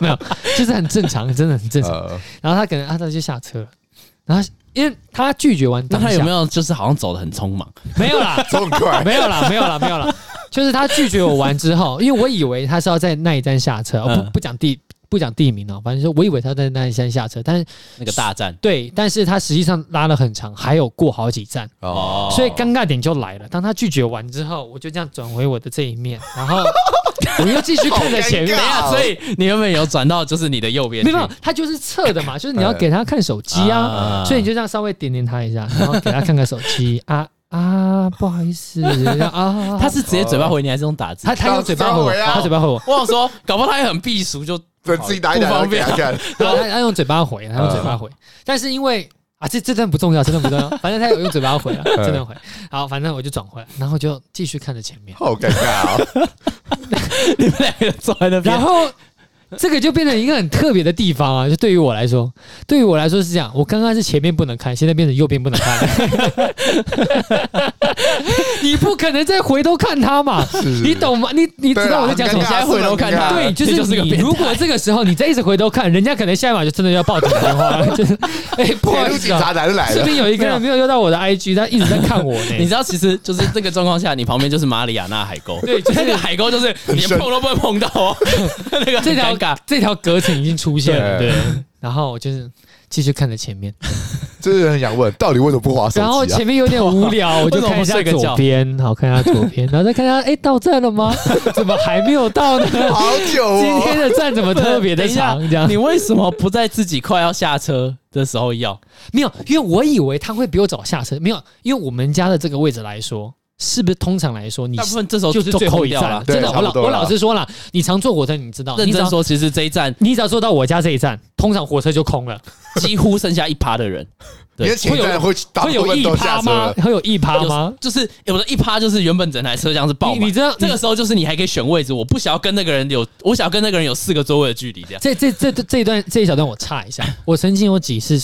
Speaker 3: 没有，就是很正常，真的很正常。
Speaker 1: 哦
Speaker 2: 呃
Speaker 3: 然后他可能啊，他就下车了，然后他因为他拒绝完
Speaker 1: 那
Speaker 3: 当下，
Speaker 1: 他有没有就是好像走的很匆忙？
Speaker 3: 没有啦，
Speaker 2: 走很快，
Speaker 3: 没有啦，没有啦，没有啦，就是他拒绝我完之后，因为我以为他是要在那一站下车，哦、
Speaker 1: 嗯
Speaker 3: 不不讲地不讲地名哦，反正就我以为他在那一站下车，但是
Speaker 1: 那个大战
Speaker 3: 对，但是他实际上拉了很长，还有过好几站，
Speaker 2: 哦，
Speaker 3: 所以尴尬点就来了。当他拒绝完之后，我就这样转回我的这一面，然后我又继续看着前面
Speaker 1: 等一。下，
Speaker 2: 好尴尬
Speaker 1: 所以你原本有转到就是你的右边
Speaker 3: 没
Speaker 1: 去，
Speaker 3: 有，没有他就是侧的嘛，就是你要给他看手机啊，
Speaker 1: 啊
Speaker 3: 所以你就这样稍微点点他一下，然后给他看看手机啊啊，不好意思啊，
Speaker 1: 他是直接嘴巴回你，还是用打字
Speaker 3: 他？他用嘴巴回我，
Speaker 2: 他回啊
Speaker 3: 他嘴巴回我，
Speaker 1: 哦我想说，搞不好他也很避俗，就
Speaker 2: 对自己打一打
Speaker 1: 不方
Speaker 2: 给
Speaker 1: 便
Speaker 2: 他看，
Speaker 3: 然啊后他他用嘴巴回，他用嘴巴回，但是因为。啊，这这段不重要，这段不重要，反正他有用嘴巴回啊，这段回。好，反正我就转回来，然后就继续看着前面，
Speaker 2: 好尴尬哦，
Speaker 1: 你们两个坐在那边
Speaker 3: 然，后 这个就变成一个很特别的地方啊，就对于我来说，对于我来说是这样，我刚刚是前面不能看，现在变成右边不能看。 你不可能再回头看他嘛？
Speaker 2: 是
Speaker 3: 你懂吗？你你
Speaker 2: 对啊
Speaker 3: 知道我在讲什
Speaker 2: 很
Speaker 3: 么
Speaker 2: 尴？
Speaker 1: 现在回头看他，
Speaker 2: 尬
Speaker 3: 对，就
Speaker 1: 这
Speaker 3: 是
Speaker 1: 个
Speaker 3: 你。
Speaker 1: 变态
Speaker 3: 如果这个时候你再一直回头看，人家可能下一秒就真的要报警电话了。 就是，哎，不好
Speaker 2: 铁
Speaker 3: 意
Speaker 2: 路
Speaker 3: 思
Speaker 2: 警
Speaker 3: 啊，
Speaker 2: 察来就来
Speaker 3: 这
Speaker 2: 了，
Speaker 3: 边有一个人没有用到我的 IG，他一直在看我
Speaker 1: 你
Speaker 3: 呢
Speaker 1: 知。道，其实就是这个状况下，你旁边就是马里亚纳海沟，
Speaker 3: 对就是
Speaker 1: 那个海沟就是连
Speaker 2: 深
Speaker 1: 碰都不会碰到哦， 那个很
Speaker 3: 这条
Speaker 1: 尴尬。
Speaker 3: 这条隔层已经出现了，
Speaker 2: 对
Speaker 3: 对。然后我就是继续看着前面。
Speaker 2: 就是很想问，到底为什么不划手
Speaker 3: 然后
Speaker 2: 机啊？
Speaker 3: 前面有点无 聊，我就看一下左边，好看一下左边，然后再看一下，哎、到站了 吗？怎么还没有到呢？
Speaker 2: 好久
Speaker 3: 今
Speaker 2: 哦，
Speaker 3: 天的站怎么特别的 长？这样
Speaker 1: 你为什么不在自己快要下车的时候要？
Speaker 3: 没有，因为我以为他会比我早下车，没有，因为我们家的这个位置来说，是不是通常来说你
Speaker 1: 大部分这时候
Speaker 3: 就是
Speaker 1: 都
Speaker 3: 最后
Speaker 1: 扣
Speaker 3: 一
Speaker 1: 掉
Speaker 3: 站啊
Speaker 1: 了。
Speaker 2: 对
Speaker 3: 真的，我
Speaker 2: 差
Speaker 3: 老
Speaker 2: 不多
Speaker 3: 我
Speaker 2: 啦
Speaker 3: 老实说了，你常坐火车，你知道，
Speaker 1: 认
Speaker 3: 你只
Speaker 1: 真
Speaker 3: 要
Speaker 1: 说，其实这一站
Speaker 3: 你只要坐到我家这一站，通常火车就空了，
Speaker 1: 几乎剩下一趴的人，
Speaker 2: 你的前站会大
Speaker 3: 会
Speaker 2: 部
Speaker 3: 有
Speaker 2: 分
Speaker 3: 一
Speaker 2: 都下
Speaker 3: 趴
Speaker 2: 车
Speaker 3: 吗
Speaker 2: 了？，
Speaker 3: 会有一趴吗？
Speaker 1: 就是欸有的一趴就是原本整台车厢是爆
Speaker 3: 你
Speaker 1: 满
Speaker 3: 你。知道
Speaker 1: 这个时候就是你还可以选位置，我不想要跟那个人有，我想要跟那个人有四个座位的距离，这样
Speaker 3: 这这这这这一段这一小段我插一下，我曾经有几次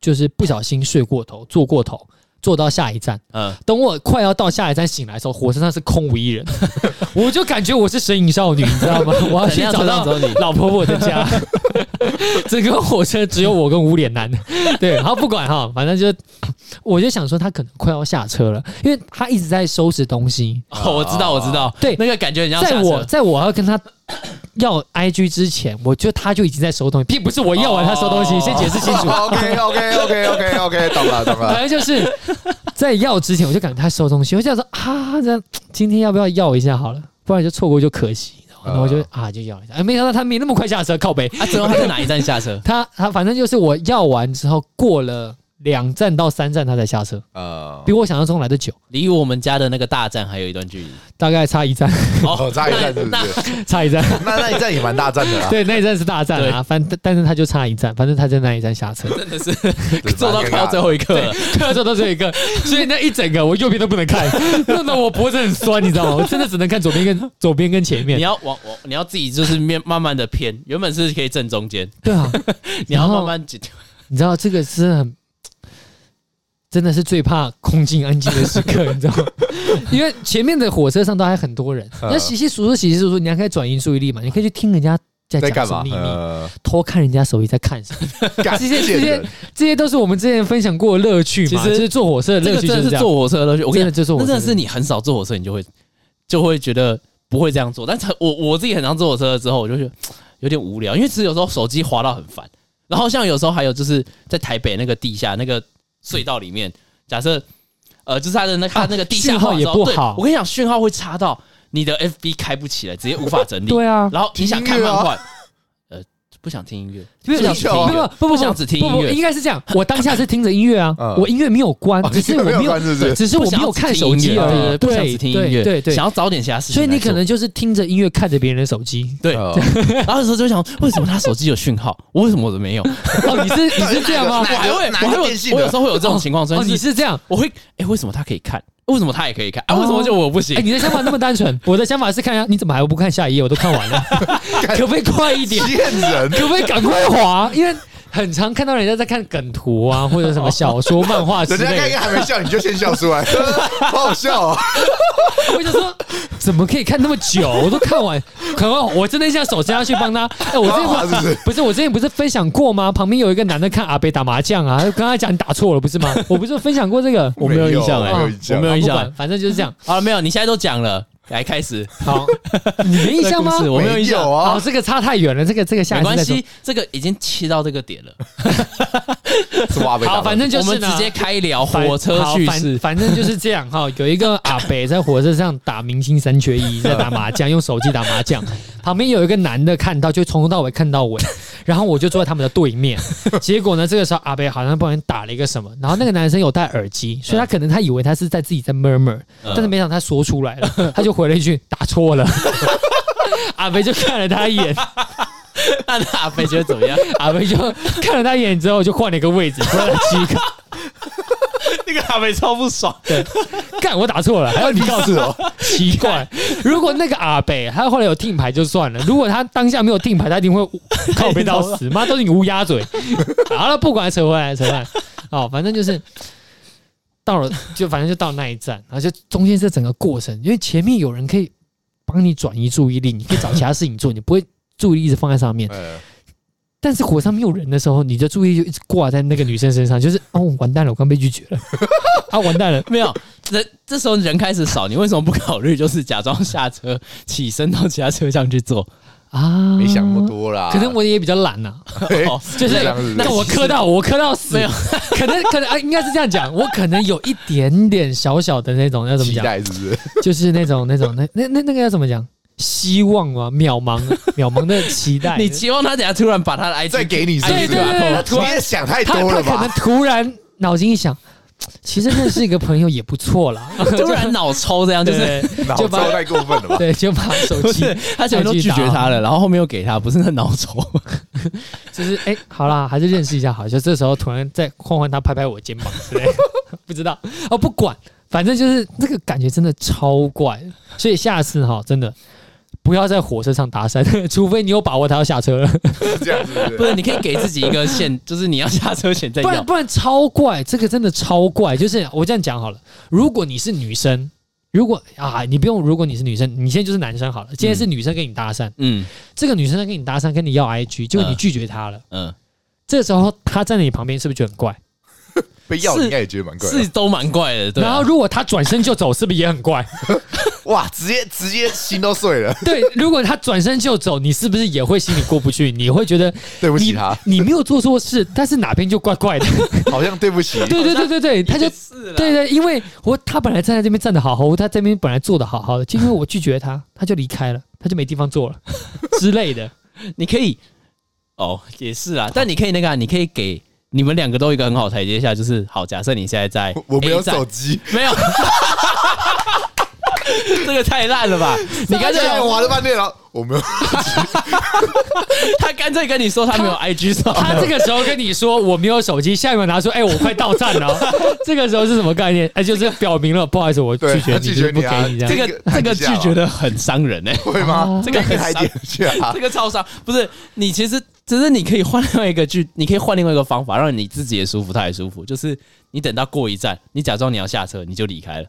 Speaker 3: 就是不小心睡过头，坐过头，坐到下一站。
Speaker 1: 嗯，
Speaker 3: 等我快要到下一站醒来的时候，火车上是空无一人，我就感觉我是神隐少女，你知道吗？我要去找到老婆婆的家， 整个火车只有我跟无脸男。对，然后不管哈，反正就我就想说他可能快要下车了，因为他一直在收拾东西。
Speaker 1: 哦，我知道，我知道，
Speaker 3: 对
Speaker 1: 那个感觉很像
Speaker 3: 在
Speaker 1: 下
Speaker 3: 我
Speaker 1: 车。
Speaker 3: 在我要跟他要 IG 之前，我觉得他就已经在收东西，并不是我要完他收东西，
Speaker 1: 哦
Speaker 3: 先解释清 楚。
Speaker 2: OK OK OK OK OK，懂了懂了，
Speaker 3: 反正就是在要之前，我就感觉他收东西，我就想说啊，这样今天要不要要一下好了，不然就错过就可惜。然后我
Speaker 1: 嗯
Speaker 3: 就啊就要了一下，哎，没想到他没那么
Speaker 1: 啊
Speaker 3: 快下车，靠北。
Speaker 1: 啊，最后他在哪一站下车？
Speaker 3: 他他反正就是我要完之后过了两站到三站他才下车，
Speaker 2: 呃
Speaker 3: 比，我想象中来的久，
Speaker 1: 离我们家的那个大站还有一段距离。
Speaker 3: 大概差一站，
Speaker 2: 哦，差一站是不
Speaker 1: 那
Speaker 2: 是？
Speaker 3: 差一站。
Speaker 2: 那那一站也蛮大站的啦，
Speaker 3: 对，那一站是大站啊，反正但是他就差一站，反正他在那一站下车，
Speaker 1: 真的是 做到快要最后一刻了。
Speaker 3: 看啊到都只有一个，所以那一整个我右边都不能 看，弄得我脖子很酸，你知道吗？我真的只能看左边跟左边跟前
Speaker 1: 你
Speaker 3: 面。
Speaker 1: 要往往，你要自己就是面慢慢的偏，原本是可以正中间，
Speaker 3: 对 啊，
Speaker 1: 你要慢慢紧
Speaker 3: 你知道这个是很，真的是最怕空静安静的时刻，你知道 吗？因为前面的火车上都还很多人，
Speaker 2: 嗯
Speaker 3: 那洗洗数数洗洗数数，你还可以转移注意力嘛，你可以去听人家在嗯
Speaker 2: 在
Speaker 3: 讲
Speaker 2: 干
Speaker 3: 什么
Speaker 2: 嘛？
Speaker 3: 秘密，
Speaker 2: 呃，
Speaker 3: 偷看人家手机在看什么。
Speaker 2: 干
Speaker 3: 这些
Speaker 2: 贱
Speaker 3: 这些
Speaker 2: 人
Speaker 3: 这些都是我们之前分享过的乐趣嘛，
Speaker 1: 其实
Speaker 3: 就是坐火车的
Speaker 1: 这
Speaker 3: 乐
Speaker 1: 个
Speaker 3: 趣
Speaker 1: 真的
Speaker 3: 就是
Speaker 1: 是
Speaker 3: 这样。
Speaker 1: 坐火车的乐趣。我跟
Speaker 3: 真
Speaker 1: 你
Speaker 3: 的
Speaker 1: 讲，
Speaker 3: 就是我
Speaker 1: 那真的是你很少坐火车，你就会就会觉得不会这样做。但是我我自己很常坐火车了之后，我就觉得嘖有点无聊，因为其实有时候手机滑到很烦。然后像有时候还有就是在台北那个地下那个隧道里面，假设呃就是它的那它那个地下
Speaker 3: 信啊号
Speaker 1: 化的
Speaker 3: 也
Speaker 1: 时候
Speaker 3: 不
Speaker 1: 对
Speaker 3: 好
Speaker 1: 我跟你讲，讯号会差到你的 FB 开不起来，直接无法整理。
Speaker 3: 对啊，
Speaker 1: 然后你想看
Speaker 2: 听音乐啊
Speaker 1: 漫画，呃不想听音 乐，
Speaker 3: 没有
Speaker 1: 不想只听
Speaker 2: 没有
Speaker 1: 音乐，
Speaker 3: 不不不
Speaker 1: 想只听
Speaker 3: 不
Speaker 1: 音
Speaker 3: 不，
Speaker 1: 乐
Speaker 3: 应。该是这样。我当下是听着音 乐啊
Speaker 2: 嗯，
Speaker 3: 我音乐没有关
Speaker 2: 哦，
Speaker 3: 只是
Speaker 2: 你
Speaker 3: 我
Speaker 2: 没
Speaker 3: 没
Speaker 2: 有
Speaker 3: 有
Speaker 2: 关，是不
Speaker 3: 对
Speaker 2: 是？
Speaker 3: 只是我没有看手机而已。
Speaker 1: 啊不想只
Speaker 3: 对
Speaker 1: 听音乐，
Speaker 3: 对对对
Speaker 1: 想，要早点其他事情
Speaker 3: 所以
Speaker 1: 来做。
Speaker 3: 你可能就是听着音乐看着别人的手机。
Speaker 1: 对，
Speaker 2: 呃
Speaker 1: 然后有时候就想，为什么他手机有讯号，我为什么我的没有？我
Speaker 3: 哦，你是你是 这样吗？
Speaker 2: 哪
Speaker 1: 还
Speaker 2: 个
Speaker 1: 会，
Speaker 2: 哪
Speaker 1: 我
Speaker 2: 个
Speaker 1: 还有，
Speaker 2: 电信的
Speaker 1: 我有时候会有这种情况，所
Speaker 3: 哦，
Speaker 1: 以
Speaker 3: 你
Speaker 1: 就是
Speaker 3: 这样。
Speaker 1: 我会，哎，为什么他可以看？为什么他也可以看？啊，为什么就我不行
Speaker 3: 哎，？你的想法那么 单纯，我的想法是看一下你怎么还不看下一页，我都看完了，可不可以快一点？
Speaker 2: 贱人，
Speaker 3: 可不可以赶快滑？因为很常看到人家在看梗图啊，或者什么 小说、漫画之
Speaker 2: 人家
Speaker 3: 类
Speaker 2: 看
Speaker 3: 的
Speaker 2: 一。看还没笑，你就先笑出来，好好笑哦。
Speaker 3: 我就说，怎么可以看那么久？我都看完，可能我真的想手伸下去帮他。哎、我之前
Speaker 2: 滑是不是？
Speaker 3: 不是我之前不是分享过吗？旁边有一个男的看阿北打麻将啊，跟他讲你打错了不是吗？我不是分享过这个？
Speaker 1: 我没有印象哎
Speaker 2: 没有印象
Speaker 1: 我没有印
Speaker 3: 不
Speaker 1: 象
Speaker 3: 管，反正就是这样。
Speaker 1: 啊，没有，你现在都讲了，来开始。
Speaker 3: 好，你没印象吗
Speaker 1: 这？故事我没有印象
Speaker 2: 没有
Speaker 3: 哦，
Speaker 2: 啊。
Speaker 3: 这个差太远了，这个这个
Speaker 1: 没
Speaker 3: 下一次
Speaker 1: 关
Speaker 3: 再说
Speaker 1: 系。，这个已经切到这个点了，
Speaker 2: 什么阿北打的
Speaker 3: 好，反正就
Speaker 1: 我
Speaker 3: 是
Speaker 1: 们
Speaker 3: 呢
Speaker 1: 直接开聊
Speaker 3: 反
Speaker 1: 火车
Speaker 3: 好
Speaker 1: 趣
Speaker 3: 反
Speaker 1: 事。
Speaker 3: 反正就是这样哈。有 一个阿北在火车上打明星三缺一，在打麻将，用手机打麻将。 旁边有一个男的看到，就从头到尾看到 尾。然后我就坐在他们的对面。结果呢，这个时候阿北好像不小心打了一个什么，然后那个男生有戴耳机，所以他可能他以为他是在自己在 murmur，
Speaker 1: 嗯
Speaker 3: 但是没想到他说出来 了，他就回了一句打错了。阿北就看了他一眼，
Speaker 1: 那 那阿飞觉得怎么样？
Speaker 3: 阿北就看了他一眼之后就换了一个位置，坐在机个
Speaker 1: 那个阿飞超不爽。
Speaker 3: 干我打错了，还要
Speaker 2: 关
Speaker 3: 你
Speaker 2: 你
Speaker 3: 告诉
Speaker 2: 事哦。
Speaker 3: 奇怪，如果那个阿北他后来有听牌就算了，如果他当下没有听牌，他一定会靠背到 死，妈都是你乌鸦嘴。好了，不管扯回来扯回来，哦，反正就是到了，就反正就到那一站，然后就中间这整个过程，因为前面有人可以帮你转移注意力，你可以找其他事情做，你不会注意力一直放在上面。
Speaker 2: 呃
Speaker 3: 但是火车上没有人的时候，你的注意力就一直挂在那个女生身上，就是哦，完蛋了，我刚被拒绝 了，啊，完蛋了。
Speaker 1: 没有，人这时候人开始少，你为什么不考虑就是假装下车，起身到其他车厢去坐？
Speaker 3: 啊，
Speaker 2: 没想那么多啊啦。
Speaker 3: 可能我也比较懒呐、
Speaker 2: 嘿
Speaker 1: 哦
Speaker 3: 就是
Speaker 2: 这样子
Speaker 3: 那我磕到我磕到 死，
Speaker 1: 没有，
Speaker 3: 可能可能啊，应该是这样讲，我可能有一点点小小的那种要怎么
Speaker 2: 期
Speaker 3: 讲，
Speaker 2: 待是 不是？
Speaker 3: 就是那种那种那那那那个要怎么讲，希望啊，渺茫渺茫的期 待。
Speaker 1: 你期望他等下突然把他的 IG
Speaker 2: 再给你是不是？
Speaker 3: 对对对
Speaker 1: 啊
Speaker 3: 对他突然
Speaker 2: 你也想太
Speaker 3: 他
Speaker 2: 多
Speaker 3: 他
Speaker 2: 了
Speaker 3: 可能
Speaker 2: 吧？
Speaker 3: 突然脑筋一想，其实认识一个朋友也不 错啦，
Speaker 1: 突然脑抽这样，就
Speaker 3: 对
Speaker 1: 是
Speaker 3: 对
Speaker 2: 脑
Speaker 3: 就
Speaker 2: 抽
Speaker 3: 把
Speaker 2: 太过分了吧？
Speaker 3: 对，就把手
Speaker 1: 不
Speaker 3: 机
Speaker 1: 是他前面都拒绝他了，然后后面又给他，不是那脑抽。
Speaker 3: 就是哎、好啦，还是认识一下好。就这时候突然再换换他拍拍我肩膀之类 的，不知道哦，不管，反正就是那个感觉真的超怪的。所以下次哈，真的不要在火车上搭讪， 除非你有把握他要下车了，
Speaker 2: 这样是 不
Speaker 1: 不
Speaker 2: 是？
Speaker 1: 是，你可以给自己一个线， 就是你要下车前再
Speaker 3: 不然
Speaker 1: 要。
Speaker 3: 不然超怪，这个真的超怪。就是我这样讲好了，如果你是女生。如果啊，你不用，如果你是女生，你现在就是男生好了。今天是女生跟你搭讪，
Speaker 1: 嗯
Speaker 3: 这个女生在跟你搭讪，跟你要 IG，结果你
Speaker 1: 嗯
Speaker 3: 拒绝她了。
Speaker 1: 嗯，
Speaker 3: 这时候她站在你旁边，是不是觉得很怪？
Speaker 2: 被要
Speaker 1: 是
Speaker 2: 你应该也觉得蛮怪的。
Speaker 1: 是都蛮怪的，对啊。
Speaker 3: 然后如果他转身就走，是不是也很怪？
Speaker 2: 哇，直接直接心都碎了，
Speaker 3: 对，如果他转身就走，你是不是也会心里过不去？你会觉得
Speaker 2: 对不
Speaker 3: 你
Speaker 2: 起他，
Speaker 3: 你没有做错 事，但是哪边就怪怪的。
Speaker 2: 好像对不起。
Speaker 3: 对对对对对，他就
Speaker 1: 就是
Speaker 3: 对对，因为我他本来站在这边站的好好，他这边本来坐的好好的，就因为我拒绝他，他就离开了，他就没地方坐 了之类的。
Speaker 1: 哦你可以哦，也是啊，但你可以那个啊，你可以给。你们两个都有一个很好台阶下，就是好，假设你现在在
Speaker 2: 我没有
Speaker 1: A 站
Speaker 2: 手机，
Speaker 1: 没 有，这个太烂了 吧？哎你干脆
Speaker 2: 刚才玩了半天，然后哎我没有，
Speaker 1: 他干脆跟你说他没有 IG 照，
Speaker 3: 他这个时候跟你说我没有手机，下一秒拿出哎、我快到站了，哦 这个时候是什么概念？哎、就是表明了不好意思，我拒
Speaker 2: 对
Speaker 3: 绝
Speaker 2: 他
Speaker 3: 你，
Speaker 2: 拒
Speaker 3: 就是
Speaker 2: 绝
Speaker 3: 不
Speaker 2: 你
Speaker 3: 给
Speaker 2: 啊
Speaker 3: 你这
Speaker 1: 这
Speaker 3: 样。
Speaker 1: 个 这个拒绝的很伤人哎、
Speaker 2: 会吗？
Speaker 1: 这个很
Speaker 2: 还
Speaker 1: 伤
Speaker 2: 点去啊
Speaker 1: 这？个超伤，不是你其实只是你可以换另外一个剧， 你可以换另外一个方法，让你自己也舒服，他也舒服。就是你等到过一站，你假装你要下车，你就离开了。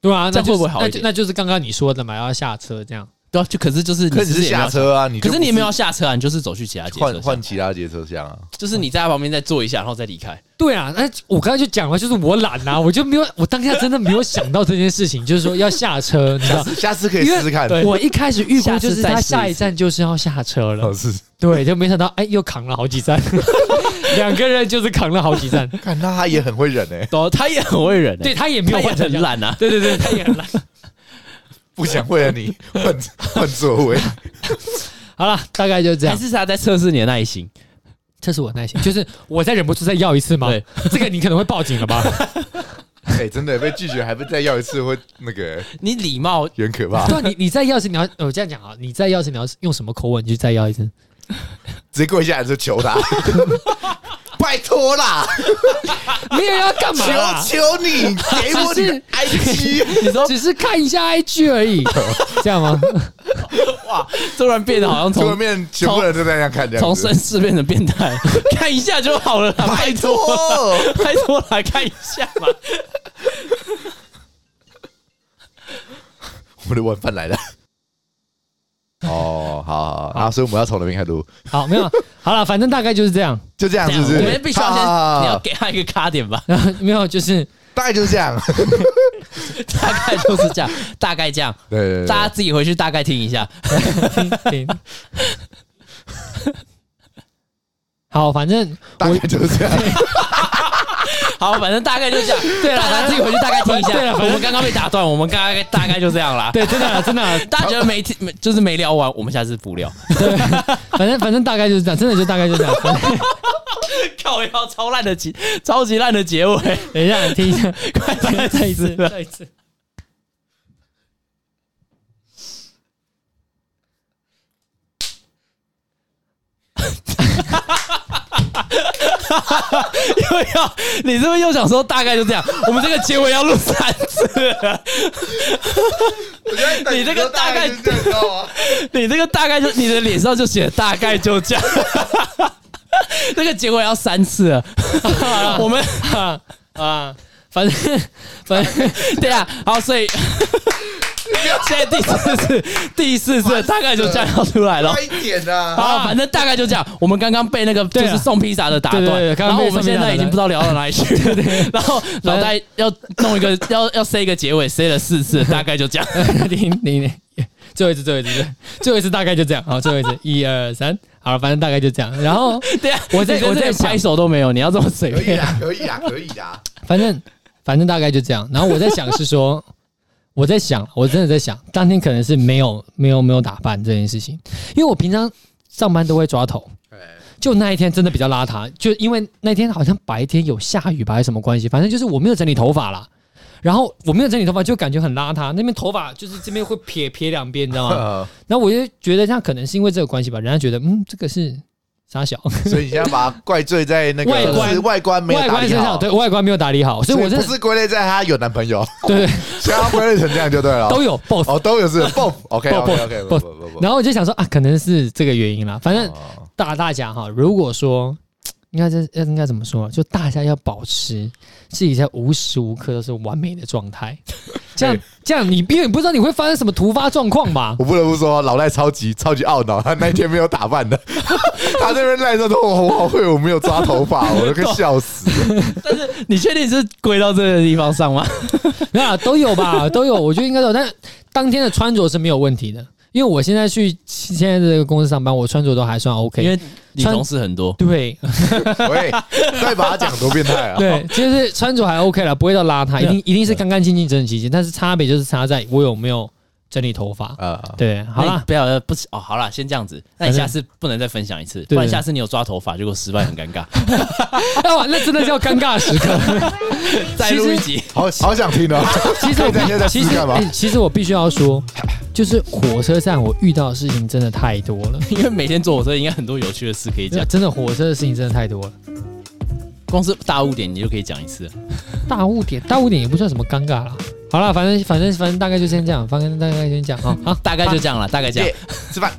Speaker 3: 对啊，那
Speaker 1: 这样
Speaker 3: 就
Speaker 1: 会不
Speaker 3: 是
Speaker 1: 会好
Speaker 3: 那
Speaker 1: 一
Speaker 3: 就
Speaker 1: 点
Speaker 3: 那就是刚刚你说的嘛，要下车这样。
Speaker 1: 对啊，就可是就是
Speaker 2: 可是
Speaker 1: 其
Speaker 2: 你
Speaker 1: 实
Speaker 2: 是
Speaker 1: 也没有
Speaker 2: 下，车啊，你就
Speaker 1: 可是你也没有
Speaker 2: 不
Speaker 1: 要下车啊，你就是走去其他
Speaker 2: 是
Speaker 1: 街
Speaker 2: 换
Speaker 1: 车
Speaker 2: 换
Speaker 1: 厢，啊
Speaker 2: 其他节车厢啊？
Speaker 1: 就是你在他旁边再坐一下，然后再离开。
Speaker 3: 对啊，那我刚才就讲了，就是我懒啊，我就没有，我当下真的没有想到这件事情，就是说要下车，你知道。
Speaker 2: 下次可以试试看。
Speaker 1: 对
Speaker 3: 我一开始预估就是
Speaker 1: 下次再试
Speaker 3: 他
Speaker 1: 一次
Speaker 3: 下一站就是要下车了
Speaker 2: 哦，，是，
Speaker 3: 对，就没想到哎，又扛了好几站，两个人就是扛了好几站，
Speaker 2: 看那他也很会忍哎，
Speaker 1: 哦，他也很会忍、欸，
Speaker 3: 对，他也没有
Speaker 1: 他也
Speaker 3: 换成
Speaker 1: 很，懒啊。
Speaker 3: 对对对，他也很懒。
Speaker 2: 不想为了你换 换座位。
Speaker 3: 好了，大概就这
Speaker 1: 还
Speaker 3: 样，
Speaker 1: 是他在测试你的耐心，
Speaker 3: 这是我耐心，就是我再忍不住再要一次吗
Speaker 1: 对？
Speaker 3: 这个你可能会报警了吧？
Speaker 2: 哎，真的被拒绝还不再要一次，会那个
Speaker 1: 你礼貌
Speaker 2: 有点可怕。
Speaker 3: 对啊，你你再要是你要，我这样讲啊，你再要是你要用什么口吻你就再要一次，
Speaker 2: 直接跪下来就求他， 拜托啦，
Speaker 3: 没有要干嘛啊
Speaker 1: 啊
Speaker 3: 啦？
Speaker 2: 求求 你给我你的 IG。
Speaker 1: 你说
Speaker 3: 只是看一下 IG 而已， 这样吗？
Speaker 1: 哇，突然变得好像
Speaker 2: 桌
Speaker 1: 从
Speaker 2: 面全部人都在那样看，这样
Speaker 1: 从
Speaker 2: 子
Speaker 1: 绅。士变成变态， 看一下就好了啦，拜托啦。
Speaker 2: 托，
Speaker 1: 拜托来看一下嘛。
Speaker 2: 我的晚饭来了。哦，好好，好，所以我们要从那边开始录，
Speaker 3: 好，没有，好了，反正大概就是这样，
Speaker 2: 就这样，是不是？
Speaker 1: 我们必须要先，
Speaker 2: 好好好
Speaker 1: 你要给他一个卡点吧，
Speaker 3: 然后没有，就是
Speaker 2: 大概就是这样。
Speaker 1: 大概就是这样，大概这样，
Speaker 2: 对对对，
Speaker 1: 大家自己回去大概听一下。
Speaker 3: 停停。 好，反正
Speaker 2: 大概就 是这样。
Speaker 1: 好，反正大概就这样。对
Speaker 3: 了
Speaker 1: 大家自己回去大概听一下。
Speaker 3: 对了反正
Speaker 1: 我们刚刚被打断，我们刚刚大概就这样啦。
Speaker 3: 对，真的啊真的啊，
Speaker 1: 大家觉得没听，没就是没聊完，我们下次补聊。
Speaker 3: 反正反正大概就是这样，真的就大概就是这样。反正
Speaker 1: 靠腰，超烂的结，超级烂的结尾。
Speaker 3: 等一下，你听一下，
Speaker 1: 快
Speaker 3: 再再一 次，再一次。
Speaker 1: 又要，你是不是又想说大概就这样？我们这个结尾要录三次了，
Speaker 2: 我觉得
Speaker 1: 你这个大概
Speaker 2: 就是这样，你知道 吗？
Speaker 1: 你这个大概就你的脸上就写大概就 这样，这个结尾要三次了。 我们
Speaker 3: 啊啊，反正反正
Speaker 1: 对啊，好， 所以现在第四次，第四次大概就这样要出来 了。
Speaker 2: 快一点啊呐！
Speaker 1: 好，反正大概就这样。我们刚刚被那个就
Speaker 3: 对啊
Speaker 1: 是送披萨的打断，
Speaker 3: 对对对刚
Speaker 1: 然
Speaker 3: 刚
Speaker 1: 后
Speaker 3: 被
Speaker 1: 我们
Speaker 3: 送披
Speaker 1: 现
Speaker 3: 萨
Speaker 1: 在
Speaker 3: 的
Speaker 1: 已经不知道聊到哪里去， 然后脑袋要弄一个要要塞一个结尾，塞了四次，大概就这样。
Speaker 3: 停停停，最后一次，最后一次，最后一次最后一次大概就这样。好，最后一次，一二三，好了，反正大概就这样。然后
Speaker 1: 对啊，
Speaker 3: 我在
Speaker 1: 你连
Speaker 3: 我在
Speaker 1: 这个
Speaker 3: 想
Speaker 1: 拍手都没有，你要这么随
Speaker 2: 可以
Speaker 1: 便？
Speaker 2: 啦，可以啦，可以 啦。
Speaker 3: 反正反正大概就这样。然后我在想是说， 我在想，我真的在想，当天可能是没有没有没有打扮这件事情，因为我平常上班都会抓头，
Speaker 1: 嗯
Speaker 2: 哎
Speaker 3: 就那一天真的比较邋遢，就因为那天好像白天有下雨吧，还是什么关系，反正就是我没有整理头发啦。然后我没有整理头发，就感觉很邋遢。那边头发就是这边会撇撇两边，你知 道吗？
Speaker 2: 呃
Speaker 3: 然后我就觉得那可能是因为这个关系吧，人家觉得嗯，这个是傻小，
Speaker 2: 所以你现在把它怪罪在那个
Speaker 3: 外观
Speaker 2: 是外观没有
Speaker 3: 外
Speaker 2: 打
Speaker 3: 观
Speaker 2: 理
Speaker 3: 身上
Speaker 2: 好，
Speaker 3: 对外观没有打理好，所以我真
Speaker 2: 不
Speaker 3: 的
Speaker 2: 是归类在她有男朋 友，
Speaker 3: 对对
Speaker 2: 所以她归类成这样就对了。
Speaker 3: 都有 both。
Speaker 2: 哦，都有 是 both。OK OK OK，
Speaker 3: both，然后我就想说啊，可能是这个原因啦。反正
Speaker 2: 后
Speaker 3: 大大家哈，如果说应该这应该怎么说？就大家要保持自己在无时无刻都是完美的状态，这样这样你因为你不知道你会发生什么突发状况吧？
Speaker 2: 我不得不说，老赖超级超级懊恼，他那天没有打扮 的，他那边赖着说：“我好会，我没有抓头 发，我都快笑死。
Speaker 1: 你确定是归到这个地方上吗？
Speaker 3: 没有啦都有吧，都有，我觉得应该都有。但当天的穿着是没有问题的，因为我现在去现在的这个公司上班，我穿着都还算 OK。
Speaker 1: 因为你同事很多，
Speaker 3: 对”
Speaker 2: 喂，再把他讲多变态啊！
Speaker 3: 对，就是穿着还 OK 了，不会到邋遢，一定一定是干干净净、整整齐齐。但是差别就是差在我有没有整理头发。
Speaker 2: 啊，
Speaker 3: 对，好
Speaker 1: 那你
Speaker 3: 啦，
Speaker 1: 不要不是哦，好啦，先这样子。那你
Speaker 3: 反正
Speaker 1: 下次不能再分享一次，不
Speaker 3: 对
Speaker 1: 然下次你有抓头发结果失败很尴 尬。
Speaker 3: 那哎哇，那真的叫尴尬时 刻。
Speaker 1: 再录一集，
Speaker 2: 好好想听哦。
Speaker 3: 其实我
Speaker 2: 现在在
Speaker 3: 其
Speaker 2: 试
Speaker 3: 实
Speaker 2: 试看吧
Speaker 3: 哎其实我必须要 说，就是火车站我遇到的事情真的太多了，
Speaker 1: 因为每天坐火车应该很多有趣的事可以讲，
Speaker 3: 真的火车的事情真的太多了。
Speaker 1: 光是大误点你就可以讲一次。
Speaker 3: 大误点，大误点也不算什么尴尬啦。好啦，反正反正反正大概就先这样，反正大概先这样啊。好
Speaker 1: 大概就这样了，大概这样。
Speaker 2: 哎耶吃饭，